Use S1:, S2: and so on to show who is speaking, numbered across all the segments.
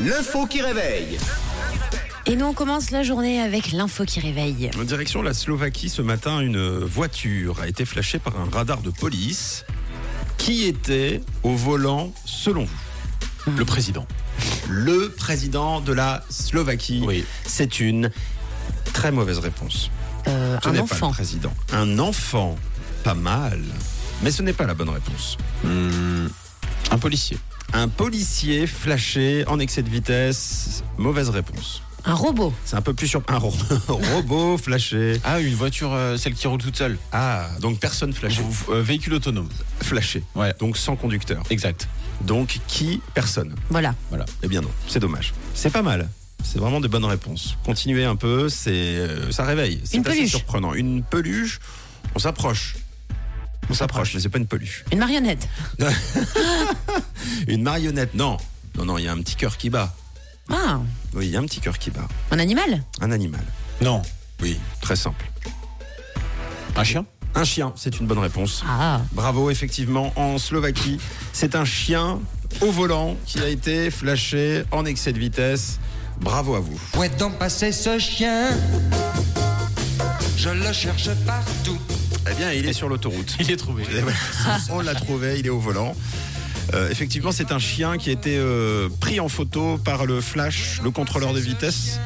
S1: L'info qui réveille.
S2: Et nous, on commence la journée avec l'info qui réveille.
S3: En direction la Slovaquie ce matin, une voiture a été flashée par un radar de police. Qui était au volant selon vous
S4: Le président.
S3: Le président de la Slovaquie.
S4: Oui.
S3: C'est une très mauvaise réponse.
S2: Euh,
S3: Ce
S2: un
S3: n'est pas
S2: enfant.
S3: le président. Un enfant, pas mal. Mais ce n'est pas la bonne réponse.
S4: Un policier.
S3: Un policier flashé en excès de vitesse, mauvaise réponse.
S2: Un robot.
S3: C'est un peu plus sur un ro- robot flashé.
S4: Ah, une voiture, euh, celle qui roule toute seule.
S3: Ah, donc personne flashé.
S4: Euh, véhicule autonome.
S3: Flashé.
S4: Ouais.
S3: Donc sans conducteur.
S4: Exact.
S3: Donc qui Personne.
S2: Voilà.
S4: Voilà.
S3: Eh bien non, c'est dommage. C'est pas mal. C'est vraiment des bonnes réponses. Continuez un peu, c'est euh, ça réveille. C'est
S2: Une
S3: assez
S2: peluche.
S3: surprenant. Une peluche, on s'approche. On s'approche, mais c'est pas une peluche.
S2: Une marionnette.
S3: Une marionnette, non. Non, non, il y a un petit cœur qui bat.
S2: Ah,
S3: Oui, il y a un petit cœur qui bat.
S2: un animal.
S3: Un animal.
S4: Non.
S3: Oui, très simple.
S4: Un chien
S3: Un chien, c'est une bonne réponse.
S2: Ah.
S3: Bravo, effectivement, en Slovaquie, c'est un chien au volant qui a été flashé en excès de vitesse. Bravo à vous.
S5: Où est donc passé ce chien Je le cherche partout.
S3: Eh bien, il est sur l'autoroute.
S4: Il est trouvé.
S3: Eh ben, On l'a trouvé, il est au volant. Euh, effectivement, c'est un chien qui a été euh, pris en photo par le flash, le contrôleur de vitesse.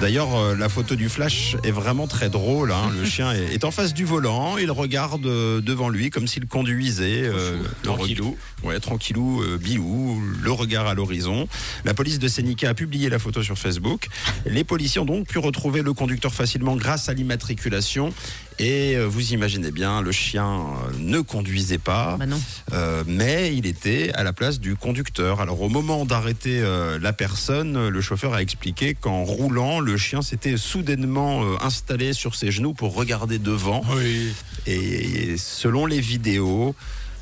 S3: D'ailleurs, euh, la photo du flash est vraiment très drôle. hein. Le chien est, est en face du volant, il regarde euh, devant lui comme s'il conduisait. euh, le re-
S4: Tranquillou.
S3: Ouais, tranquillou, euh, bilou, le regard à l'horizon. La police de Sénica a publié la photo sur Facebook. Les policiers ont donc pu retrouver le conducteur facilement grâce à l'immatriculation. Et euh, vous imaginez bien, le chien euh, ne conduisait pas,
S2: Bah non.
S3: euh, mais il était à la place du conducteur. Alors au moment d'arrêter euh, la personne, euh, le chauffeur a expliqué qu'en roulant, le chien s'était soudainement euh, installé sur ses genoux pour regarder devant.
S4: Oui.
S3: Et selon les vidéos,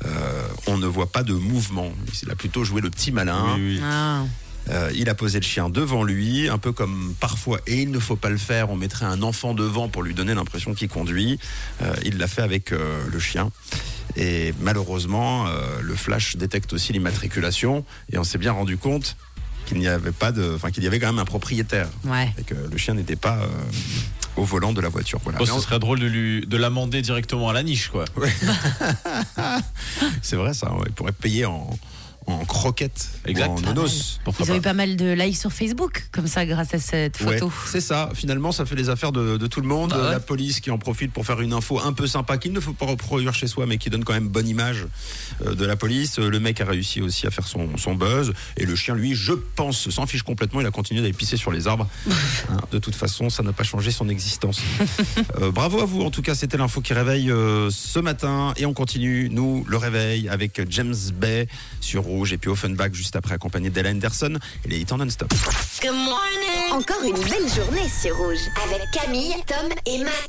S3: euh, on ne voit pas de mouvement. Il a plutôt joué le petit malin.
S2: Ah.
S3: Euh, il a posé le chien devant lui, un peu comme parfois, et il ne faut pas le faire, on mettrait un enfant devant pour lui donner l'impression qu'il conduit. Euh, il l'a fait avec euh, le chien. Et malheureusement, euh, le flash détecte aussi l'immatriculation. Et on s'est bien rendu compte qu'il n'y avait pas de, enfin qu'il y avait quand même un propriétaire
S2: Ouais.
S3: et que le chien n'était pas euh, au volant de la voiture. Voilà.
S4: Bon,
S3: Mais on-
S4: ce serait drôle de, lui, de l'amender directement à la niche, quoi.
S3: C'est vrai ça, ouais. il pourrait payer en, en croquettes,
S4: Exact.
S3: en nonos.
S4: Pourquoi
S2: Ils ont eu
S4: pas
S2: pas mal de likes sur Facebook, comme ça, grâce à cette photo.
S3: Ouais, c'est ça, finalement ça fait les affaires de, de tout le monde,
S4: Bah ouais.
S3: la police qui en profite pour faire une info un peu sympa qu'il ne faut pas reproduire chez soi mais qui donne quand même bonne image euh, de la police. Euh, Le mec a réussi aussi à faire son, son buzz et le chien lui je pense s'en fiche complètement, il a continué d'aller pisser sur les arbres. Hein, de toute façon ça n'a pas changé son existence. Euh, bravo à vous en tout cas c'était l'info qui réveille euh, ce matin et on continue nous le réveil avec James Bay sur Rouge et puis Offenbach juste après accompagné d'Ella Anderson et les hits en non-stop.
S6: Encore une belle journée sur Rouge avec Camille, Tom et Matt.